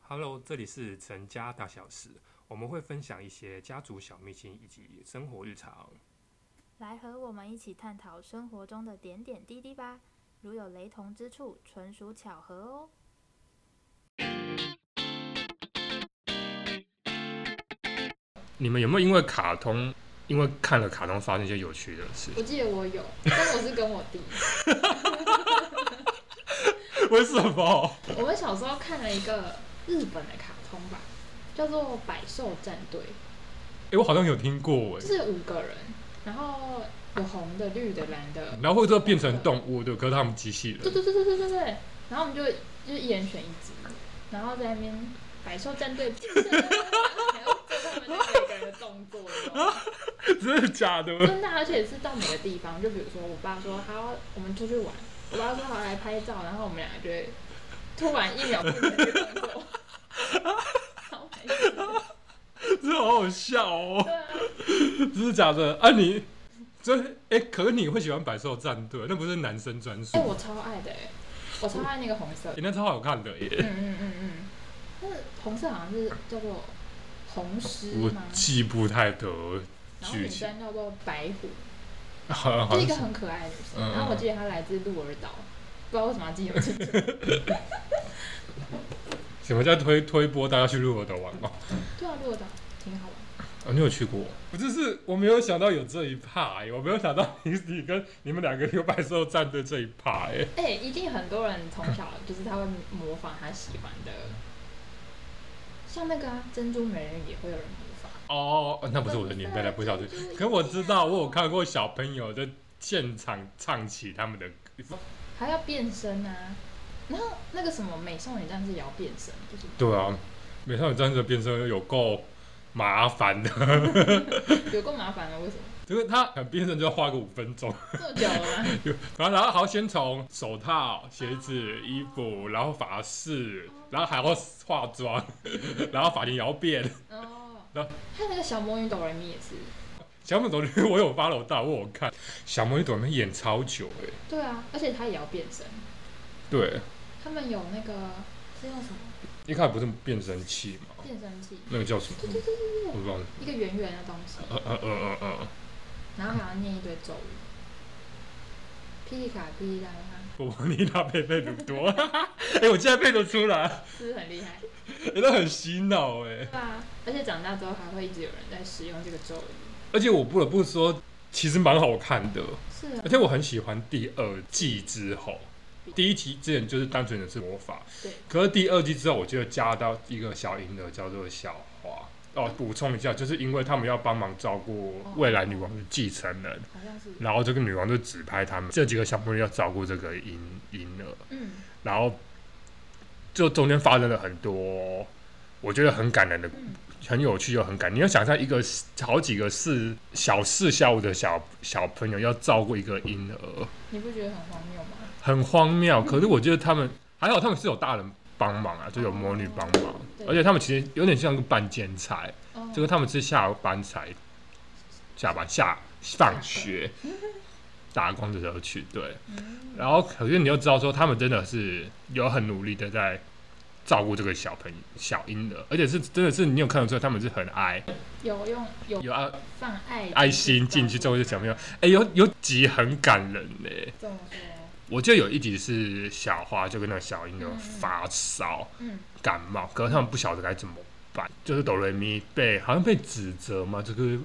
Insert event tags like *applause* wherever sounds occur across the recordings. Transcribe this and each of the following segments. Hello，这里是陈家大小事，我们会分享一些家族小秘辛以及生活日常。来和我们一起探讨生活中的点点滴滴吧。如有雷同之处，纯属巧合哦。你们有没有因为卡通，因为看了卡通发生一些有趣的事？我记得我有，但我是跟我弟。 *laughs* 为什么？我们小时候看了一个日本的卡通吧，叫做《百兽战队哎、我好像有听过》，就哎，是五个人，然后有红的、绿的、蓝的，然后会之后变成动物对，可是他们机器对人，对对对对对对，然后我们就就是一人选一只，然后在那边百兽战队，还要做他们那每个人的动作，你知道吗真的假的？ *laughs* 真的，而且是到每个地方，就比如说我爸说他要我们出去玩，我爸说好来拍照，然后我们俩就会突然一秒不能去工作，好开心真的好好笑哦，对啊，真的假的？啊你，这哎、可是你会喜欢百兽战队，那不是男生专属哎、？我超爱的、欸，我超爱那个红色哎、，那超好看的耶！嗯嗯嗯嗯，那个红色好像是叫做红狮我吗？记不太得然后剧女情，生叫做白虎，好像好就是像一个是很可爱的女生。嗯嗯然后我记得她来自鹿儿岛，不知道为什么要记得清楚。什么叫推推波大家去鹿儿岛玩吗？对啊，鹿儿岛挺好玩。啊，你有去过？我就是我没有想到有这一趴、欸，我没有想到你你跟你们两个有百兽战队这一趴、欸，哎、一定很多人从小就是他会模仿他喜欢的，像那个、啊、珍珠美人鱼也会有人模仿。哦，那不是我的年代了，不晓得。可我知道，我有看过小朋友在现场唱起他们的歌。还要变身啊。然后那个什么美少女战士也要变身，就是对啊，美少女战士的变身有够麻烦的， *laughs* 有够麻烦了，为什么就是他很变身就要花个五分钟，这么久了 *laughs* 吗？然后然后还要先从手套、鞋子、衣服，然后发饰，然后还要化妆， *laughs* 然后发型也要变。哦，他那个小魔女哆来咪也是，小魔女我有 follow 到，我有看小魔女短片演超久哎、对啊，而且他也要变身，对，他们有那个是用什么一开始不是变声器嘛，变身器，那个叫什么？我哦不知道。一个圆圆的东西，嗯嗯嗯嗯嗯，然后还要念一堆咒语，噼里卡噼里啦啦，我帮你搭配配的多，哎、我竟然背得出来， *laughs* 是不是很厉害？真的很洗脑哎、对啊，而且长大之后还会一直有人在使用这个咒语，而且我不得不说，其实蛮好看的，是啊而，且我很喜欢第二季之后。第一集之前就是单纯的是魔法，对。可是第二季之后，我就加到一个小婴儿叫做小花。哦，补充一下，就是因为他们要帮忙照顾哦未来女王的继承人，好像是，然后这个女王就指派他们这几个小朋友要照顾这个婴婴儿，嗯，然后就中间发生了很多我觉得很感人的嗯、很有趣又很感人。你要想象一个好几个是小四、小五的小小朋友要照顾一个婴儿，你不觉得很荒谬吗？很荒谬。可是我觉得他嗯们还好，他们是有大人帮忙啊，就有魔女帮忙，哦对而且他们其实有点像个半兼差，哦就是他们是下班才下班下放 *laughs* 学打工的时候去对。嗯然后可是你就知道说，他们真的是有很努力的在照顾这个小朋友小婴儿，而且是真的是你有看得出来，他们是很爱哦有用有有爱放爱爱心进去照顾这个小朋友。哎、有有集很感人呢、这么说，我记得有一集是小花就跟那个小婴儿嗯发烧嗯，感冒，可是他们不晓得该怎么办，就是哆瑞咪被好像被指责嘛，就是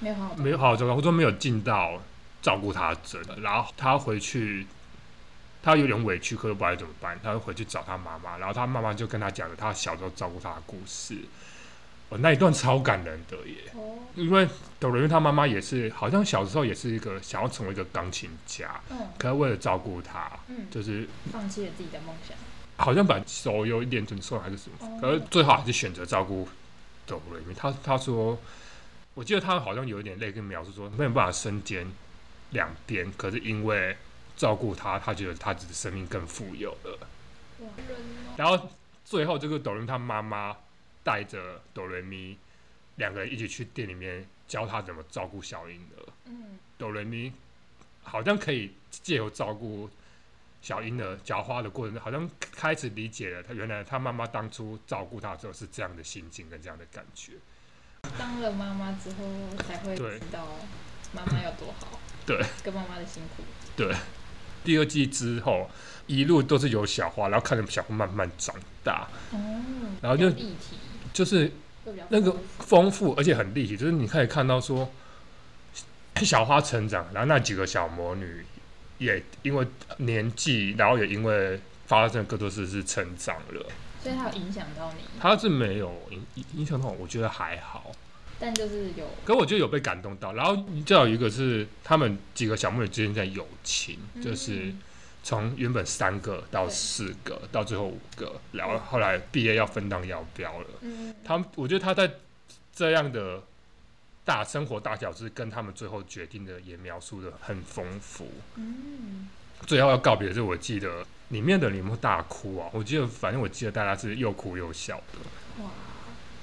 没有好好没有好好照顾，或者说没有尽到照顾他的责任。然后他回去，他有点委屈，可是不知道怎么办，他就回去找他妈妈，然后他妈妈就跟他讲了他小时候照顾他的故事。我那一段超感人的耶，哦，因为董瑞他妈妈也是，好像小时候也是一个想要成为一个钢琴家，嗯可是为了照顾他，嗯，就是放弃了自己的梦想，好像把手有一点整错还是什么哦，可是最后还是选择照顾董瑞。他他说，我记得他好像有一点类跟描述说没有办法身兼两边，可是因为照顾他，他觉得他自己的生命更富有了。哇，人哦，然后最后这个斗瑞他妈妈带着斗瑞咪两个人一起去店里面教他怎么照顾小婴儿。嗯，斗瑞咪好像可以借由照顾小婴儿浇花的过程中，好像开始理解了他原来他妈妈当初照顾他的时候是这样的心境跟这样的感觉。当了妈妈之后才会对知道妈妈有多好，对，跟妈妈的辛苦。第二季之后，一路都是有小花，然后看着小花慢慢长大，哦，然后就比较立体，就是会比较那个丰富丰富而且很立体，就是你可以看到说小花成长，然后那几个小魔女也因为年纪，然后也因为发生各多事是成长了。所以它有影响到你，她是没有影影影响到我，我觉得还好。但就是有，可我就有被感动到。然后再有一个是他们几个小木女之间的友情，嗯就是从原本三个到对四个，到最后五个，然后嗯后来毕业要分道扬镳了。嗯，他们，我觉得他在这样的大生活大小事跟他们最后决定的也描述的很丰富。嗯，最后要告别的时候，我记得里面的人有没有大哭啊？我记得，反正我记得大家是又哭又笑的。哇，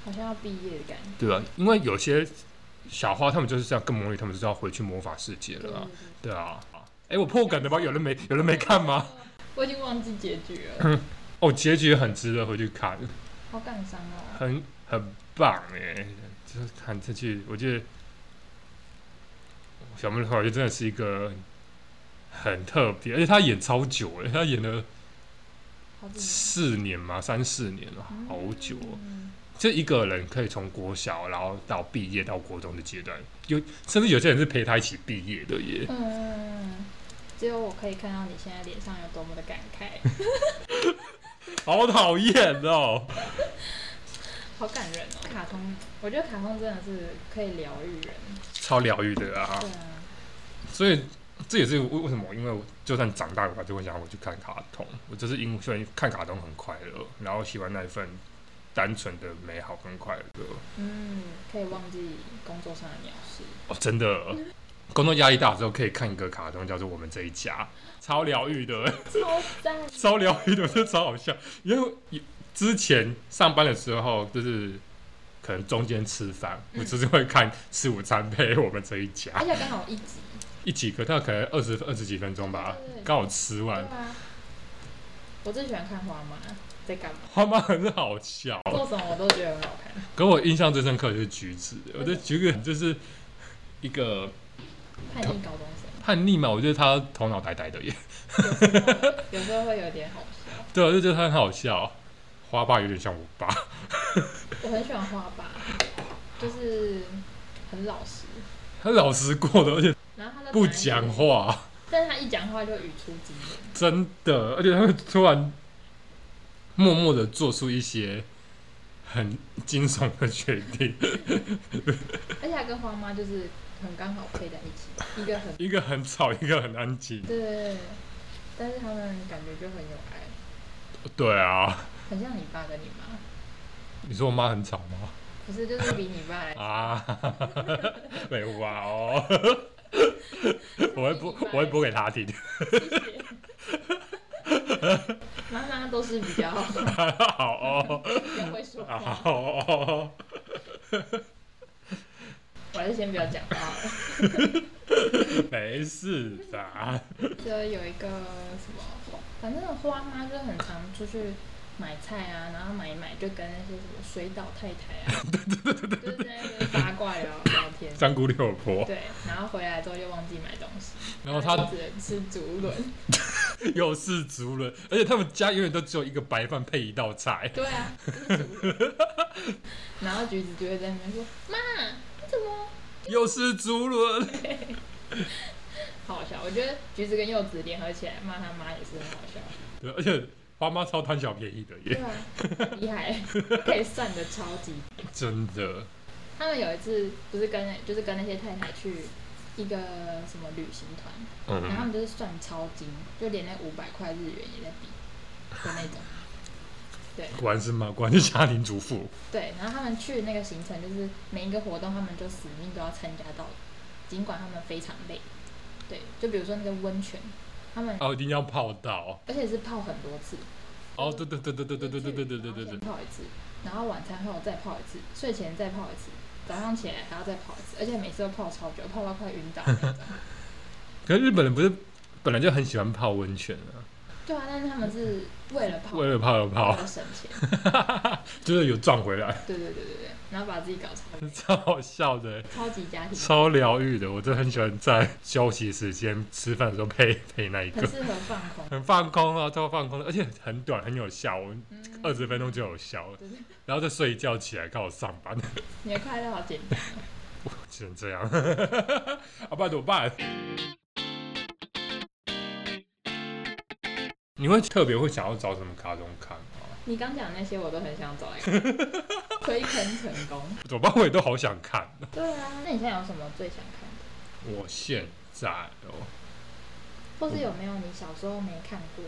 好像要毕业的感觉。对啊，因为有些小花他们就是这样，跟魔女他们就是要回去魔法世界对了啊、对对对啊，哎、我破梗了吧？有人没有人没看吗？？我已经忘记结局了，哦，结局很值得回去看，好感伤哦。很很棒哎！就是看这剧，我觉得小木的话，我觉得真的是一个很特别，而且他演超久哎，他演了好紧张四年嘛，三四年了，好久、哦。嗯就一个人可以从国小，然后到毕业到国中的阶段，有甚至有些人是陪他一起毕业的耶。嗯，只有我可以看到你现在脸上有多么的感慨，好讨厌哦！好感人哦。卡通，我觉得卡通真的是可以疗愈人。超疗愈的啊，对啊，所以这也是为为什么，因为我就算长大了，我还是会想要回去看卡通。我就是因为看卡通很快乐，然后喜欢那一份单纯的美好跟快乐。嗯，可以忘记工作上的鸟事。哦，真的，工作压力大的时候可以看一个卡通，叫做《我们这一家》，超疗愈的。 *laughs* 超赞！超疗愈的，这超好笑。因为之前上班的时候，就是可能中间吃饭，我就是会看吃午餐配我们这一家而且刚好一集，一起，可它可能二十二十几分钟吧对对对，刚好吃对完。啊。我最喜欢看花妈在干嘛，花妈很好笑，做什么我都觉得很好看。可我印象最深刻的就是橘子，我觉得橘子就是一个叛逆高中生叛逆嘛，我觉得他头脑呆呆的耶， *laughs* 有时候，有时候会有点好笑。对，啊我就觉得他很好笑。花爸有点像我爸， *laughs* 我很喜欢花爸，就是很老实，他老实过的，而且然后他的不讲，话。但是他一讲话就语出惊人。真的，而且他会突然默默的做出一些很惊悚的决定，而且他跟花妈就是很刚好配在一起，一个很一个很吵，一个很安静。对对对对，但是他们感觉就很有爱，对啊，很像你爸跟你妈，你说我妈很吵吗？不是就是比你爸来，啊， *laughs* 没有吧哦，我会播，我会播给她听。 *laughs* 谢谢。妈妈都是比较好哦，比较会说 *laughs* 话，好哦， *laughs* 我还是先不要讲话好了。没事的。就是有一个什么，反正花妈就很常出去买菜啊，然后买一买就跟那些什么水岛太太啊，就是在那边八卦聊聊天。三姑六婆，对，然后回来之后就忘记买东西，然后她就只能吃竹轮。又是族人，而且他们家永远都只有一个白饭配一道菜。对啊，就是竹轮。然后橘子就会在那边说：“妈，你怎么又是竹轮，好好笑？”我觉得橘子跟柚子联合起来骂他妈也是很好笑。对，而且花妈超贪小便宜的对耶，啊，很厉害，可以算的超级真的。他们有一次不是跟就是跟那些太太去一个什么旅行团，然后他嗯，们就是算超精，就连那五百块日元也在比的那 *laughs* 种。果然是嘛，果然是家庭主妇。对，然后他们去那个行程，就是每一个活动他们就死命都要参加到，尽管他们非常累。对，就比如说那个温泉，他们哦，一定要泡到。而且是泡很多次，哦，对对对对对对对对对对对对对，先泡一次，然后晚餐后再泡一次，睡前再泡一次，早上起来还要再泡一次，而且每次都泡超久，泡 *laughs* 到快晕倒那种。可是日本人不是本来就很喜欢泡温泉啊？对啊，但是他们是为了跑，为了泡而为泡，了省 *laughs* 钱，就是有撞回来， *laughs* 对对对对对，然后把自己搞超累超好笑的，超级家庭，超疗愈的。我真的很喜欢在休息时间吃饭的时候配 *laughs* 配那一很个，适合放 *laughs* 空。很放空啊，超放空的，而且很短，很有效，我嗯，二十分钟就有效了对对。然后再睡一觉起来，刚好上班， *laughs* 你的快乐好简单。只能这样。 *laughs* 啊，不然怎么办？你会特别会想要找什么卡通看吗？你刚讲那些我都很想找 *laughs* 来看，推坑成功。怎么办？我也都好想看。对啊，那你现在有什么最想看的，我现在哦，或是有没有你小时候没看过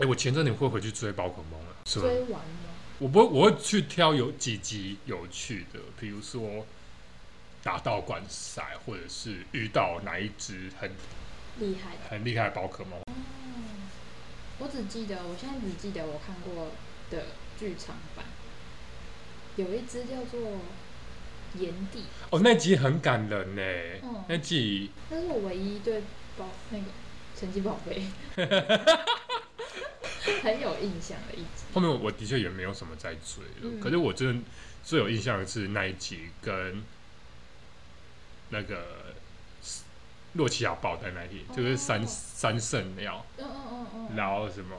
哎、我前阵子会回去追宝可梦了，是吗？追完吗？我不会，我会去挑有几集有趣的，比如说打道馆赛，或者是遇到哪一只很厉害的。很厉害的宝可梦。哦我只记得，我现在只记得我看过的剧场版，有一只叫做炎帝，哦，那集很感人呢，嗯那集那是我唯一对宝那个神奇宝 *laughs* 贝很有印象的一集。后面我的确也没有什么在追了，嗯可是我真的最有印象的是那一集跟那个洛奇亚爆在那一集，就是三、哦三圣鸟，嗯嗯嗯嗯，然后什么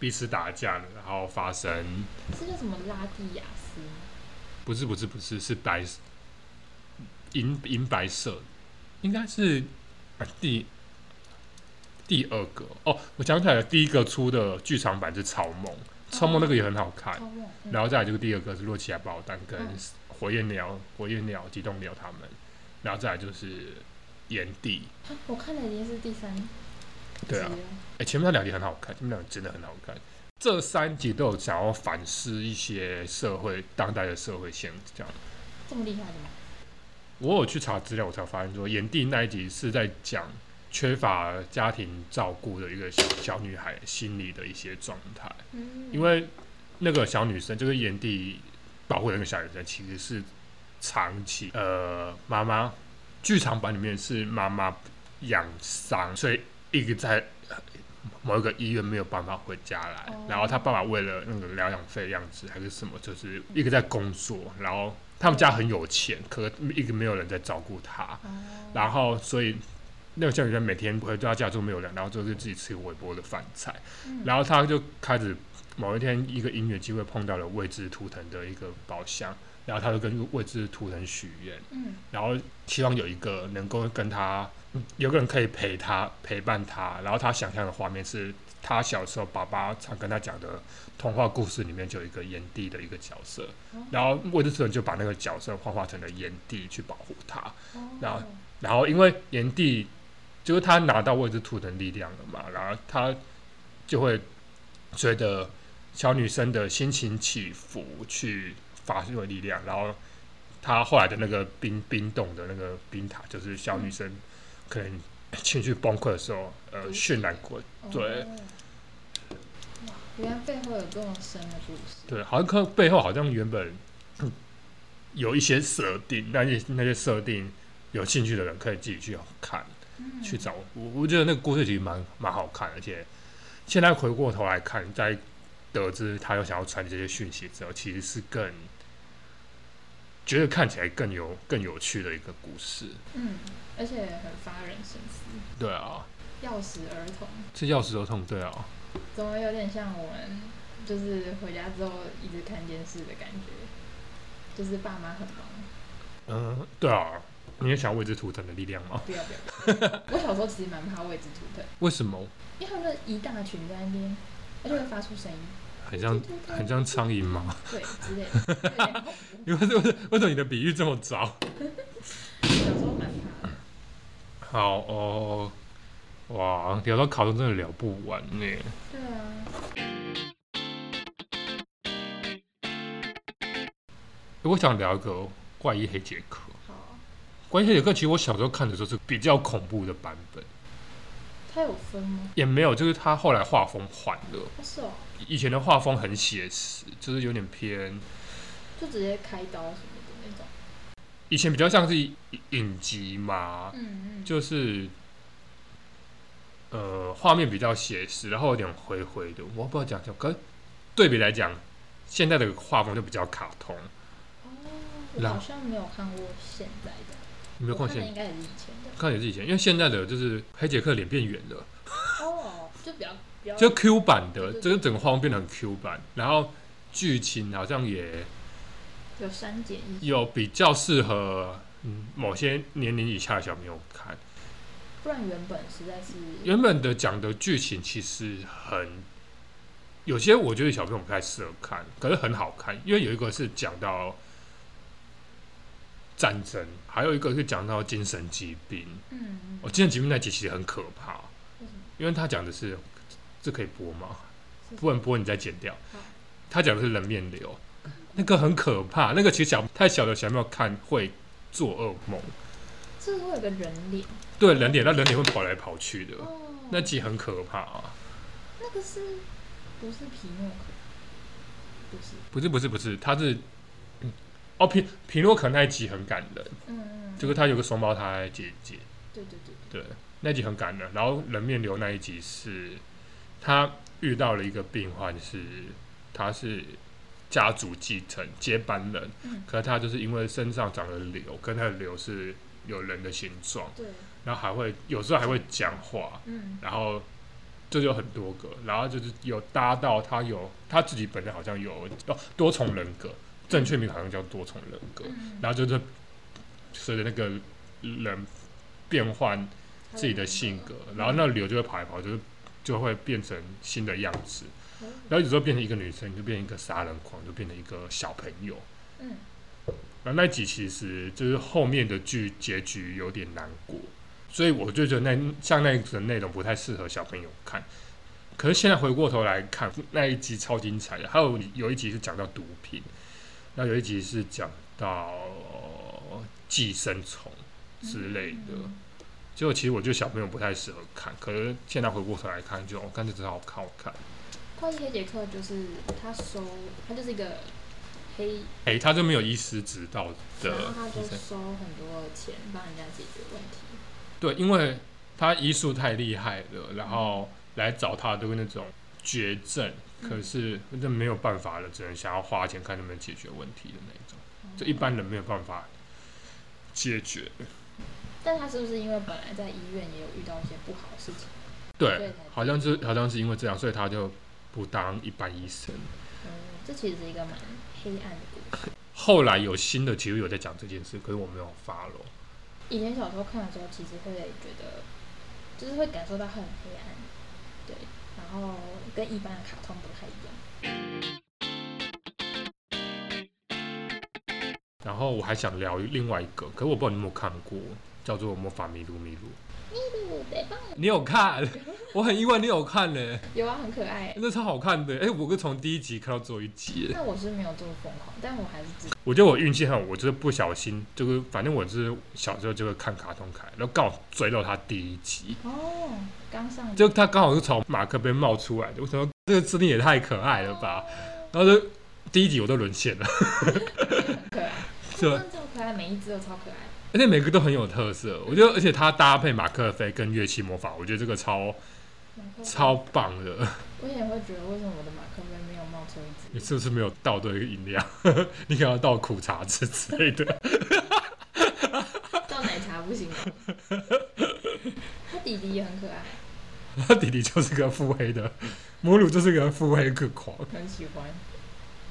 彼此打架，然后发生是叫什么拉蒂亚斯吗？不是不是不是是白银银白色，应该是哎第第二个哦，我想起来了，第一个出的剧场版是超梦，超梦那个也很好看，超梦。嗯啊然后再来就是第二个是洛奇亚爆弹跟嗯火焰鸟、火焰鸟、机动鸟他们，然后再来就是炎帝，啊我看的已经是第三集对啊了。，哎、前面那两集很好看，前面两集真的很好看。这三集都有想要反思一些社会当代的社会现象。这么厉害的吗？我有去查资料，我才发现说，炎帝那一集是在讲缺乏家庭照顾的一个小小女孩心理的一些状态。嗯因为那个小女生，就是炎帝保护的那个小女生，其实是长期呃妈妈，剧场版里面是妈妈养伤，所以一直在呃某一个医院没有办法回家来，哦然后他爸爸为了那个疗养费样子还是什么，就是一个在工作，然后他们家很有钱，可是一直没有人在照顾他，哦然后所以。那个小女生每天回到家就没有人，然后就是自己吃微波的饭菜，嗯然后他就开始某一天一个音乐机会碰到了未知图腾的一个宝箱，然后他就跟未知图腾许愿，嗯然后希望有一个能够跟他有个人可以陪他陪伴他，然后他想象的画面是他小时候爸爸常跟他讲的童话故事里面就有一个炎帝的一个角色哦，然后未知图腾就把那个角色幻化成了炎帝去保护他，哦然后然后因为炎帝就是他拿到未知图腾力量了嘛，然后他就会随着小女生的心情起伏去发挥力量，然后他后来的那个冰冰冻的那个冰塔，就是小女生可能情绪崩溃的时候，呃，嗯渲染过，对哦哇原来背后有这么深的故事。对，好像可背后好像原本嗯有一些设定，那些那些设定有兴趣的人可以自己去看。嗯去找我，我觉得那个故事其实蛮蛮好看，而且现在回过头来看，在得知他又想要传这些讯息之后，其实是更觉得看起来更有更有趣的一个故事。嗯，而且很发人深思。对啊，钥匙儿童，这钥匙头痛，对啊，怎么有点像我们就是回家之后一直看电视的感觉？就是爸妈很忙，嗯，对啊，你也想要未知图腾的力量吗？不要不要。 *laughs* 我小时候其实蛮怕未知图腾， *laughs* 为什么？因为他们一大群在那边，而且会发出声音，很像对对嗯对很像苍蝇吗？对之类的，有点恐怖。 *laughs* 因为为为什么你的比喻这么糟？小时候蛮怕的。 *laughs* *laughs* 好哦，哇，聊到考中真的聊不完呢。对啊，我想聊一个怪医黑杰克。好，关于黑杰克，其实我小时候看的时候是比较恐怖的版本，它有分吗？也没有，就是他后来画风换了。不是哦，以前的画风很写实，就是有点偏，就直接开刀什么的那种。以前比较像是影集嘛，嗯嗯，就是，嗯、呃画面比较写实，然后有点灰灰的，我不知道讲什么。可是对比来讲，现在的画风就比较卡通。哦，我好像没有看过现在的，你没有我看看的现应该也是以前 *laughs* 的。看也是以前，因为现在的就是黑杰克脸变圆了，哦，就比较比较就 Q 版的，对对这个整个画风变得很 Q 版，然后剧情好像也有删减一些，有比较适合嗯某些年龄以下的小朋友看。不然原本实在是原本的讲的剧情其实很，有些我觉得小朋友不太适合看，可是很好看，因为有一个是讲到战争，还有一个是讲到精神疾病。哦嗯，嗯我、精神疾病那集其实很可怕，为什么因为他讲的是这可以播吗？是不能播你再剪掉好。他讲的是人面瘤，那个很可怕，那个其实小太小的小朋友看会做噩梦。这会有个人脸对人脸，那人脸会跑来跑去的，哦，那集很可怕啊。那个是不是皮诺可？不是，不是不是不是，他是，嗯哦，皮皮诺可那一集很感人，嗯嗯，就是他有个双胞胎姐姐，对对对，对，那集很感人。然后人面瘤那一集是，他遇到了一个病患是，他是家族继承接班人，嗯可是他就是因为身上长了瘤，跟他的瘤是有人的形状，对，然后还会有时候还会讲话，嗯然后这就有很多个，然后就是有搭到他有他自己本身好像有哦多重人格，正确名好像叫多重人格，嗯，然后就是随着那个人变换他自己的人性格格，然后那瘤就会跑来跑去，就是就会变成新的样子，哦然后有时候变成一个女生，就变成一个杀人狂，就变成一个小朋友。嗯，然后那集其实就是后面的剧结局有点难过，所以我就觉得那像那一种内容不太适合小朋友看。可是现在回过头来看那一集超精彩的，还有有一集是讲到毒品，然后有一集是讲到寄生虫之类的。嗯结果其实我觉得小朋友不太适合看，可是现在回过头来看就，哦我看这真的好看，好看。会计黑杰克就是他收，他就是一个黑，哎、他就没有医师指导的然后他就医生。收很多钱帮人家解决问题，对，因为他医术太厉害了，然后来找他都是那种绝症，嗯可是那没有办法了，只能想要花钱看能不能解决问题的那一种，就一般人没有办法解决。但他是不是因为本来在医院也有遇到一些不好的事情？对对，好像是好像是因为这样，所以他就不当一般医生。嗯，这其实是一个蛮黑暗的故事。后来有新的其实有在讲这件事，可是我没有发了。以前小时候看的时候，其实会觉得，就是会感受到很黑暗，对，然后跟一般的卡通不太一样。然后我还想聊另外一个，可是我不知道你有没有看过，叫做《魔法迷路迷路》。对对棒，你有看？ *laughs* 我很意外你有看呢、有啊，很可爱。那超好看的，哎、我是从第一集看到最后一集耶。那我是没有这么疯狂，但我还是知道我觉得我运气很好，我就是不小心，就是反正我是小时候就会看卡通看，然后刚好追到他第一集，哦，刚上就他刚好是从马克杯冒出来的，我想说这个设定也太可爱了吧，然后就第一集我都沦陷了，很可爱，对，真的超可爱，每一只都超可爱。而且每个都很有特色，我觉得，而且他搭配马克杯跟乐器魔法，我觉得这个超马克杯超棒的，我以前会觉得为什么我的马克杯没有冒出一你只？是不是没有倒对饮料？ *laughs* 你可能要倒苦茶汁之类的。倒奶茶不行吗？他弟弟也很可爱，他弟弟就是个腹黑的，母乳就是个腹黑个狂。很喜欢。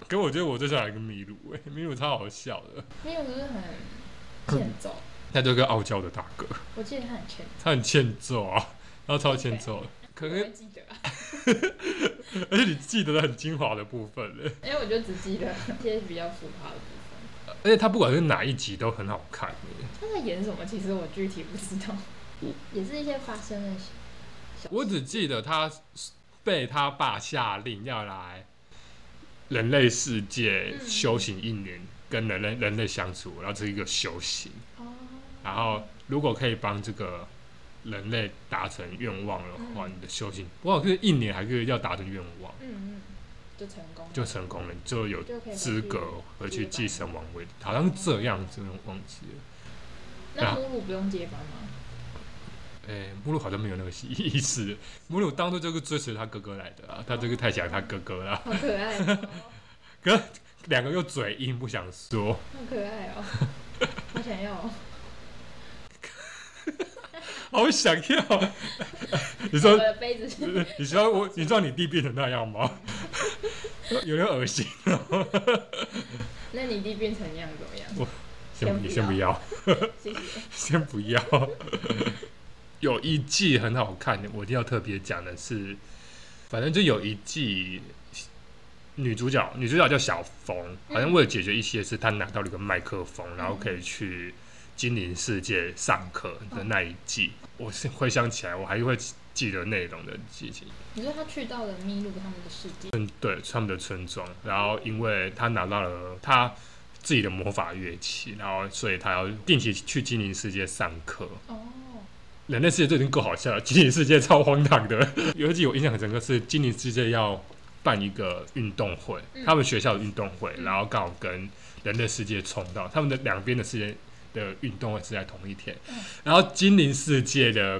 可我觉得我最想要一个麋鹿、欸，麋鹿超好笑的，没有，就是很欠揍。他就一个傲娇的大哥，我记得他很欠他很欠揍啊，然后超欠揍的。可揍，我是会记得啊，而且你记得很精华的部分欸了，因为我就只记得一 *laughs* 些比较浮夸的部分。而且他不管是哪一集都很好看、欸。他在演什么？其实我具体不知道我，也是一些发生的小小事。我只记得他被他爸下令要来人类世界嗯修行一年，跟人类人类相处，然后这是一个修行。哦，然后如果可以帮这个人类达成愿望的话，嗯你的修行，不过是一年还是要达成愿望嗯嗯，就成功了，就成功了，你就有就可以回资去格回去继承王位，好像是这样子，我忘记了。那露露不用接班吗？诶、目录好像没有那个意思。目录当初就是追随他哥哥来的啊，他这个太想他哥哥了， *laughs* 好可爱、 *laughs* 哦，两个又嘴硬不想说。好可爱 *laughs* 哦，好想要、哦。好想要。你我说，的杯子 *laughs* 是你知道我，你知道你弟变成那样吗？有点恶心。那你弟变成那样怎么样？先不，先不要，谢谢。先不要。 *laughs* 有一季很好看，我一定要特别讲的是，反正就有一季。女主角，女主角叫小冯，好像为了解决一些事，她拿到了一个麦克风，然后可以去精灵世界上课的那一季，我是回想起来，我还会记得内容的剧情。你说他去到了麋鹿他们的世界，嗯，对，他们的村庄。然后因为他拿到了他自己的魔法乐器，然后所以他要定期去精灵世界上课。哦，人类世界就已经够好笑了，精灵世界超荒唐的。 *laughs* 有一集我印象很深刻，是精灵世界要办一个运动会，嗯他们学校的运动会，嗯然后刚好跟人类世界冲到，他们的两边的世界的运动会是在同一天，嗯然后精灵世界的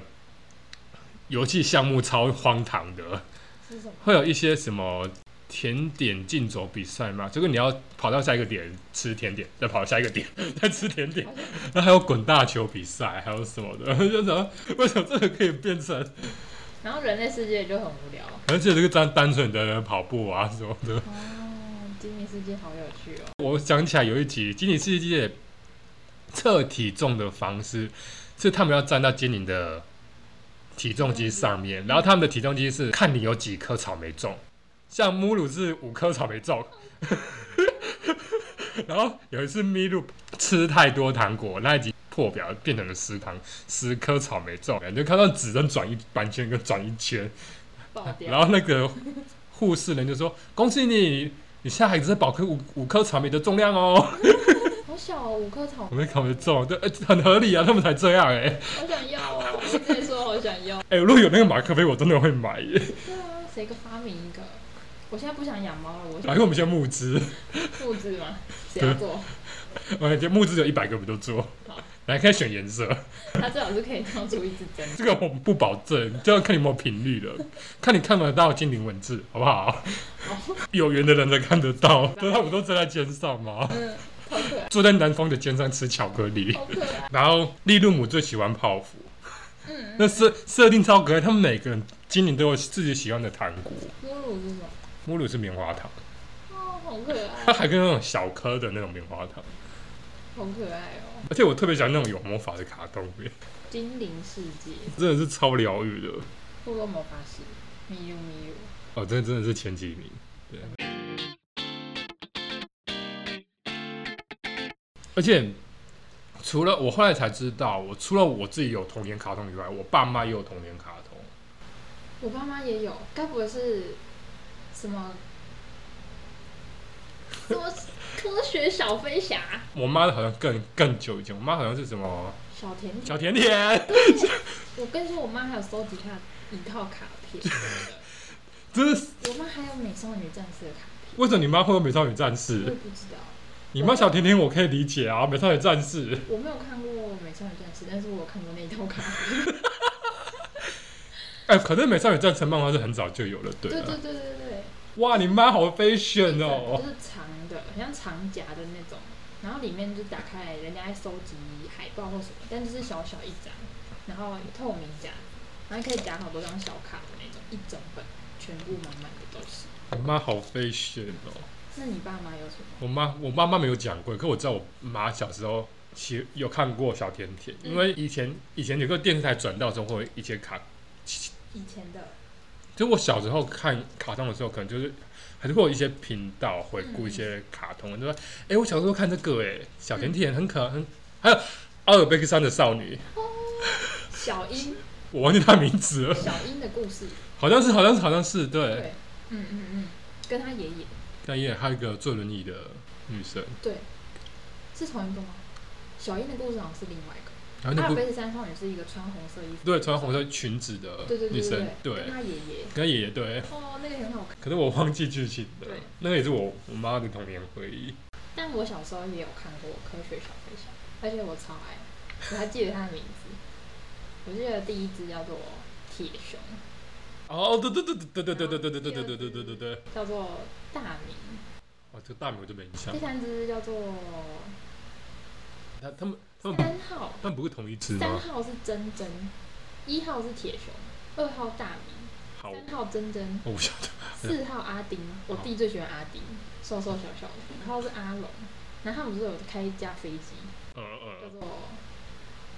游戏项目超荒唐的。是什么？会有一些什么甜点竞走比赛吗？就是你要跑到下一个点吃甜点，再跑到下一个点 *laughs* 再吃甜点，然后还有滚大球比赛，还有什么的， *laughs* 就什么为什么这个可以变成，然后人类世界就很无聊。而且这个单单纯的跑步啊什么的。哦，精灵世界好有趣哦。我想起来有一集《精灵世界》测体重的方式是他们要站到精灵的体重机上面，然后他们的体重机是看你有几颗草莓种，像母乳是五颗草莓种。然后有一次麋鹿吃太多糖果，那一集破表变成了十糖十颗草莓种，你就看到指针转一半圈跟转一圈，爆掉！然后那个护士人就说：“恭喜你，你现在还只是保颗五五颗草莓的重量哦。好小哦，五颗草”我莓，们草莓重，对、欸，很合理啊，他们才这样哎、 *laughs* 欸、好想要哦！我一直在说好想要。哎、如果有那个马克杯，我真的会买 *laughs* 耶。对啊，谁个发明一个？我现在不想养猫了，我然想后我们现在募资，复制嘛，谁要做？我感觉募资有一百个我们都做 *laughs* 好。来，可以选颜色， *laughs* 它最好是可以跳出一只针。这个我们不保证，就要看你有没有频率了， *laughs* 看你看得到精灵文字，好不好？ *laughs* 有缘的人才看得 *laughs* 到，但他们都站在肩上嘛，嗯，好可 *laughs* 爱，坐在南方的肩上吃巧克力。好可爱。然后利露姆最喜欢泡芙，嗯，那设设定超可爱，他们每个人今年都有自己喜欢的糖果。母乳是什么？母乳是棉花糖，哦，好哦可它爱，还跟那种小颗的那种棉花糖，好可爱哦！而且我特别喜欢那种有魔法的卡通片， *laughs* 精灵世界，真的是超疗愈的。部落魔法师，咪呦咪呦。哦，这真的是前几名，对。而且除了我后来才知道，我除了我自己有童年卡通以外，我爸妈也有童年卡通。我爸妈也有，该不会是什么什么科学小飞侠、我妈的好像更更久以前，我妈好像是什么小甜小甜？甜甜。 *laughs* 我跟你说，我妈还有收集她一套卡片，这是我妈还有美少女战士的卡片，为什么你妈会有美少女战我也士？不知道，你妈小甜甜我可以理解啊，美少女战士。我没有看过美少女战士，但是我有看过那一套卡片。哎、可是美少女战士漫画是很早就有了，对对啊对。对对对哇，你妈好 fashion 对，哦！就是长的，很像长夹的那种，然后里面就打开来，人家在收集海报或什么，但就是小小一张，然后透明夹，然后可以夹好多张小卡的那种，一整本全部满满的都是。你妈好 fashion 哦！那你爸妈有什么？我妈我妈妈没有讲过，可我知道我妈小时候其有看过小甜甜，嗯因为以前以前有个电视台转到的时候会有一些卡，以前的就我小时候看卡通的时候，可能就是还是会有一些频道回顾一些卡通，就说哎、我小时候看这个哎、小甜甜很可很，还有阿尔卑斯山的少女，小 *laughs* 樱，我忘记她名字了，小樱的故事，好像是好像是好像是对，对，嗯嗯嗯，跟他爷爷，但也还有一个坐轮椅的女生，对，是同一个吗？小樱的故事好像是另外一个，然后阿啊那尔部卑斯山少女是一个穿红色衣服，对穿红色裙子的对对女对生对，跟对，他爷爷，跟爷爷对，哦，那个很好看。可是我忘记剧情了对，那个也是我我妈的童年回忆。但我小时候也有看过《科学小飞侠》，而且我超爱，我还记得它的名字。我记得第一只叫做铁熊，哦，对对对对对对对对对对对对对对对对，叫做大明，哦，这个大名哦我就没印象第。三只叫做他他们他们不三号，他们不是同一只三吗？号是珍珍，一号是铁熊，二号大明，好，三号珍珍，我不晓得。四号阿丁，我弟最喜欢阿丁，瘦瘦小小的，然后是阿龙，然后他们不是有开一架飞机，呃叫呃，做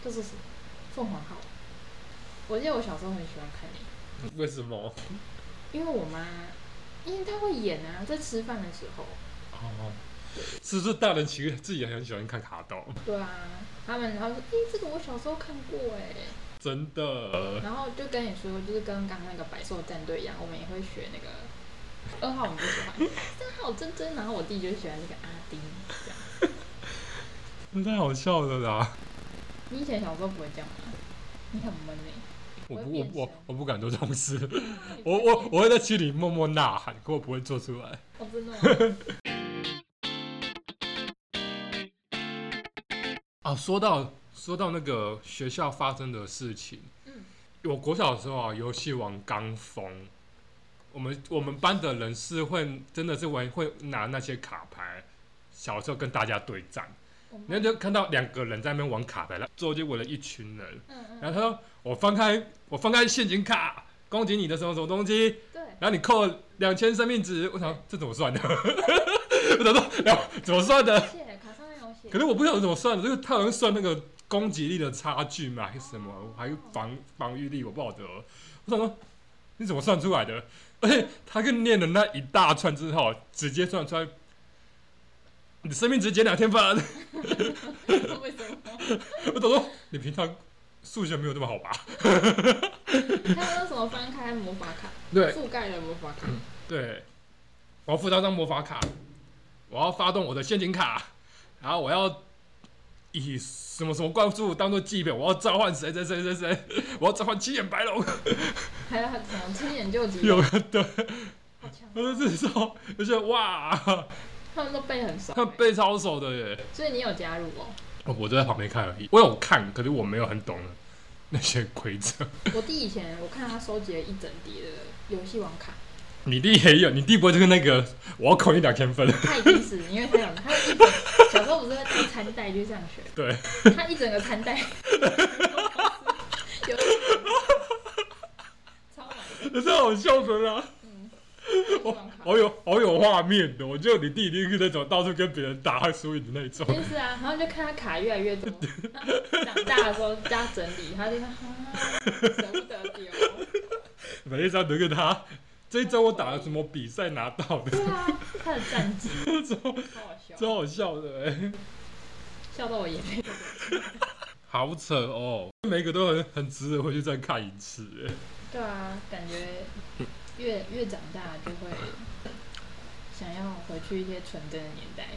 叫做什么凤凰号，我记得我小时候很喜欢看那个，为什么？哦因为我妈，因为她会演啊，在吃饭的时候，哦，是不是大人其实自己也很喜欢看卡通？对啊，他们然后说，诶、这个我小时候看过哎、真的，然后就跟你说，就是跟刚刚那个百兽战队一样，我们也会学那个二号，我们不喜欢，三号珍珍，然后我弟就喜欢那个阿丁，这样。太好笑了啦！你以前小时候不会这样吗？你很闷哎、我不我我会变我身我不敢做这种事，欸，我我我会在心里默默呐喊，可我不会做出来。我哦真的 *laughs* 吗啊，说到说到那个学校发生的事情，嗯我国小的时候啊，游戏王刚疯，我们我们班的人是会真的是玩会拿那些卡牌，小时候跟大家对战，我然们后就看到两个人在那边玩卡牌，然后周围就围了一群人，嗯嗯，然后他说我翻开我翻开陷阱卡。攻击你的什么什么东西，对，然后你扣两千生命值，我想这怎么算的？ *laughs* 我想说，然后怎么算的？而且卡上面有写，可是我不晓得怎么算的，这个他好像算那个攻击力的差距嘛，还是什么，还有防防御力，我不晓得。我想说，你怎么算出来的？而且他跟念了那一大串之后，直接算出来，你的生命值减两千分。为什么？我想说，你平常数学没有这么好吧？还有那什么翻开魔法卡，对嗯覆盖了魔法卡，对，我要附上张魔法卡，我要发动我的陷阱卡，然后我要以什么什么怪物当做祭品，我要召唤谁谁谁谁谁，我要召唤七眼白龙。还有什么亲眼救急，有啊的，好强我说哦，这时候而且哇，他们都背很熟欸、他背抄手的耶！所以你有加入哦。哦我就在旁边看而已，我有看，可是我没有很懂那些规则。我弟以前我看他收集了一整叠的游戏王卡，你弟也有，你弟不会就是那个我要扣你两千分？他已经是因为他有他有一整小时候不是会带餐袋去上学，对，他一整个餐袋，有超满这的，太好笑的啦！嗯，游戏王卡。好有好有画面的，我觉得你弟一定是那种到处跟别人打还输赢的那种。就是啊，然后就看他卡越来越多，然后长大的时候加整理，他就看啊，舍不得丢。每一张都跟他，这一张我打了什么比赛拿到的，对啊，他的战绩超超好笑，超好笑的、欸，笑到我眼泪。好扯哦！每一个都很很值得回去再看一次、欸。对啊，感觉越越长大就会想要回去一些纯真的年代。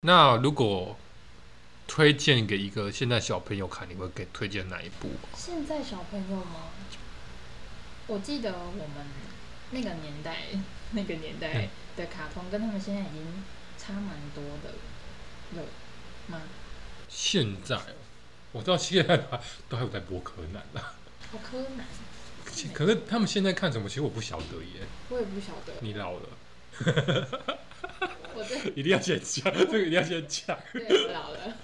那如果推荐给一个现在小朋友看，你会给推荐哪一部？现在小朋友吗？我记得我们那个年代，那个年代的卡通跟他们现在已经差蛮多的了吗？现在哦，我到现在还都还有在播柯南啦。好柯南， *laughs* 可是他们现在看什么，其实我不晓得耶。我也不晓得。你老了，我这一定要先讲，这个一定要先讲。对我老了，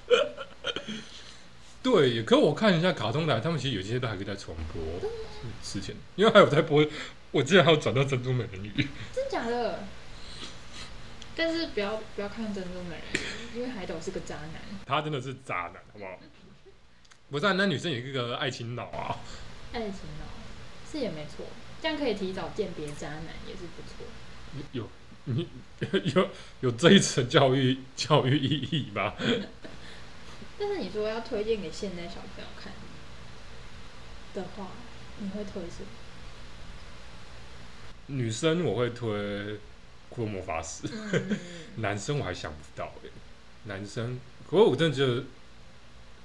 对，也可我看一下卡通台，他们其实有些都还可以再重播之前，因为还有在播，我记得还有转到珍珠美人鱼。真假的？但是不要不要看珍珠美人鱼，因为海斗是个渣男。 *laughs* 他真的是渣男，好不好？不是、啊，那女生有一个爱情脑啊，爱情哦，是也没错，这样可以提早鉴别渣男也是不错。有你有有这一层教育教育意义吧？但是你说要推荐给现在小朋友看的话，你会推什么？女生我会推《库洛魔法使》，嗯，男生我还想不到哎、男生，可是我真的觉得《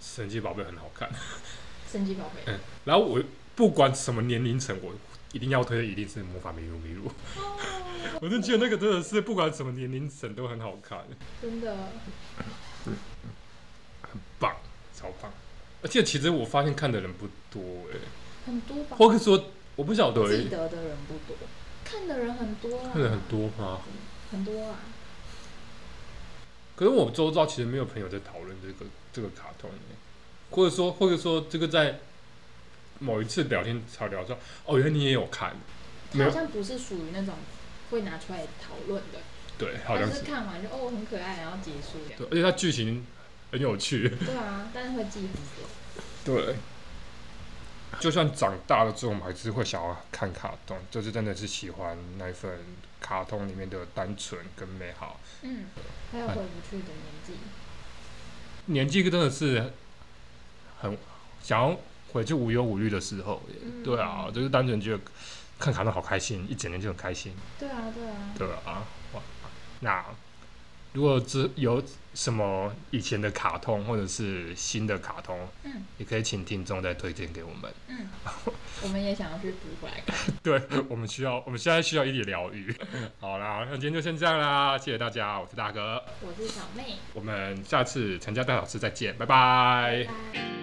神奇宝贝》很好看。 *laughs* 神奇宝贝。嗯，然后我不管什么年龄层，我一定要推的一定是魔法迷路迷路。哦， *laughs* 我就觉得那个真的是不管什么年龄层都很好看，真的，棒，超棒。而且其实我发现看的人不多哎、很多吧？或者说我不晓得、记欸，得的人不多，看的人很多啦，啊看的很多吗？很多啊，可是我周遭其实没有朋友在讨论这个这个卡通、欸，或者说或者说这个在某一次聊天才聊说，哦，原来你也有看，没好有像不是属于那种会拿出来讨论的，对，好但像是是，看完就哦很可爱，然后结束这样。对，而且它剧情很有趣，对啊，但是会记很久。对，就算长大了之后，我们还是会想要看卡通，就是真的是喜欢那一份卡通里面的单纯跟美好。嗯，还有回不去的年纪。年纪真的是很想要回去无忧无虑的时候耶，嗯对啊，就是单纯觉得看卡通好开心，一整天就很开心，对啊，对啊，对啊，哇，那。如果只有什么以前的卡通或者是新的卡通，嗯也可以请听众再推荐给我们。嗯，我们也想要去补回来看。对我们需要，我们现在需要一点疗愈。嗯 *laughs* 好啦，那今天就先这样啦，谢谢大家，我是大哥，我是小妹，我们下次参加大小事再见，拜拜拜拜。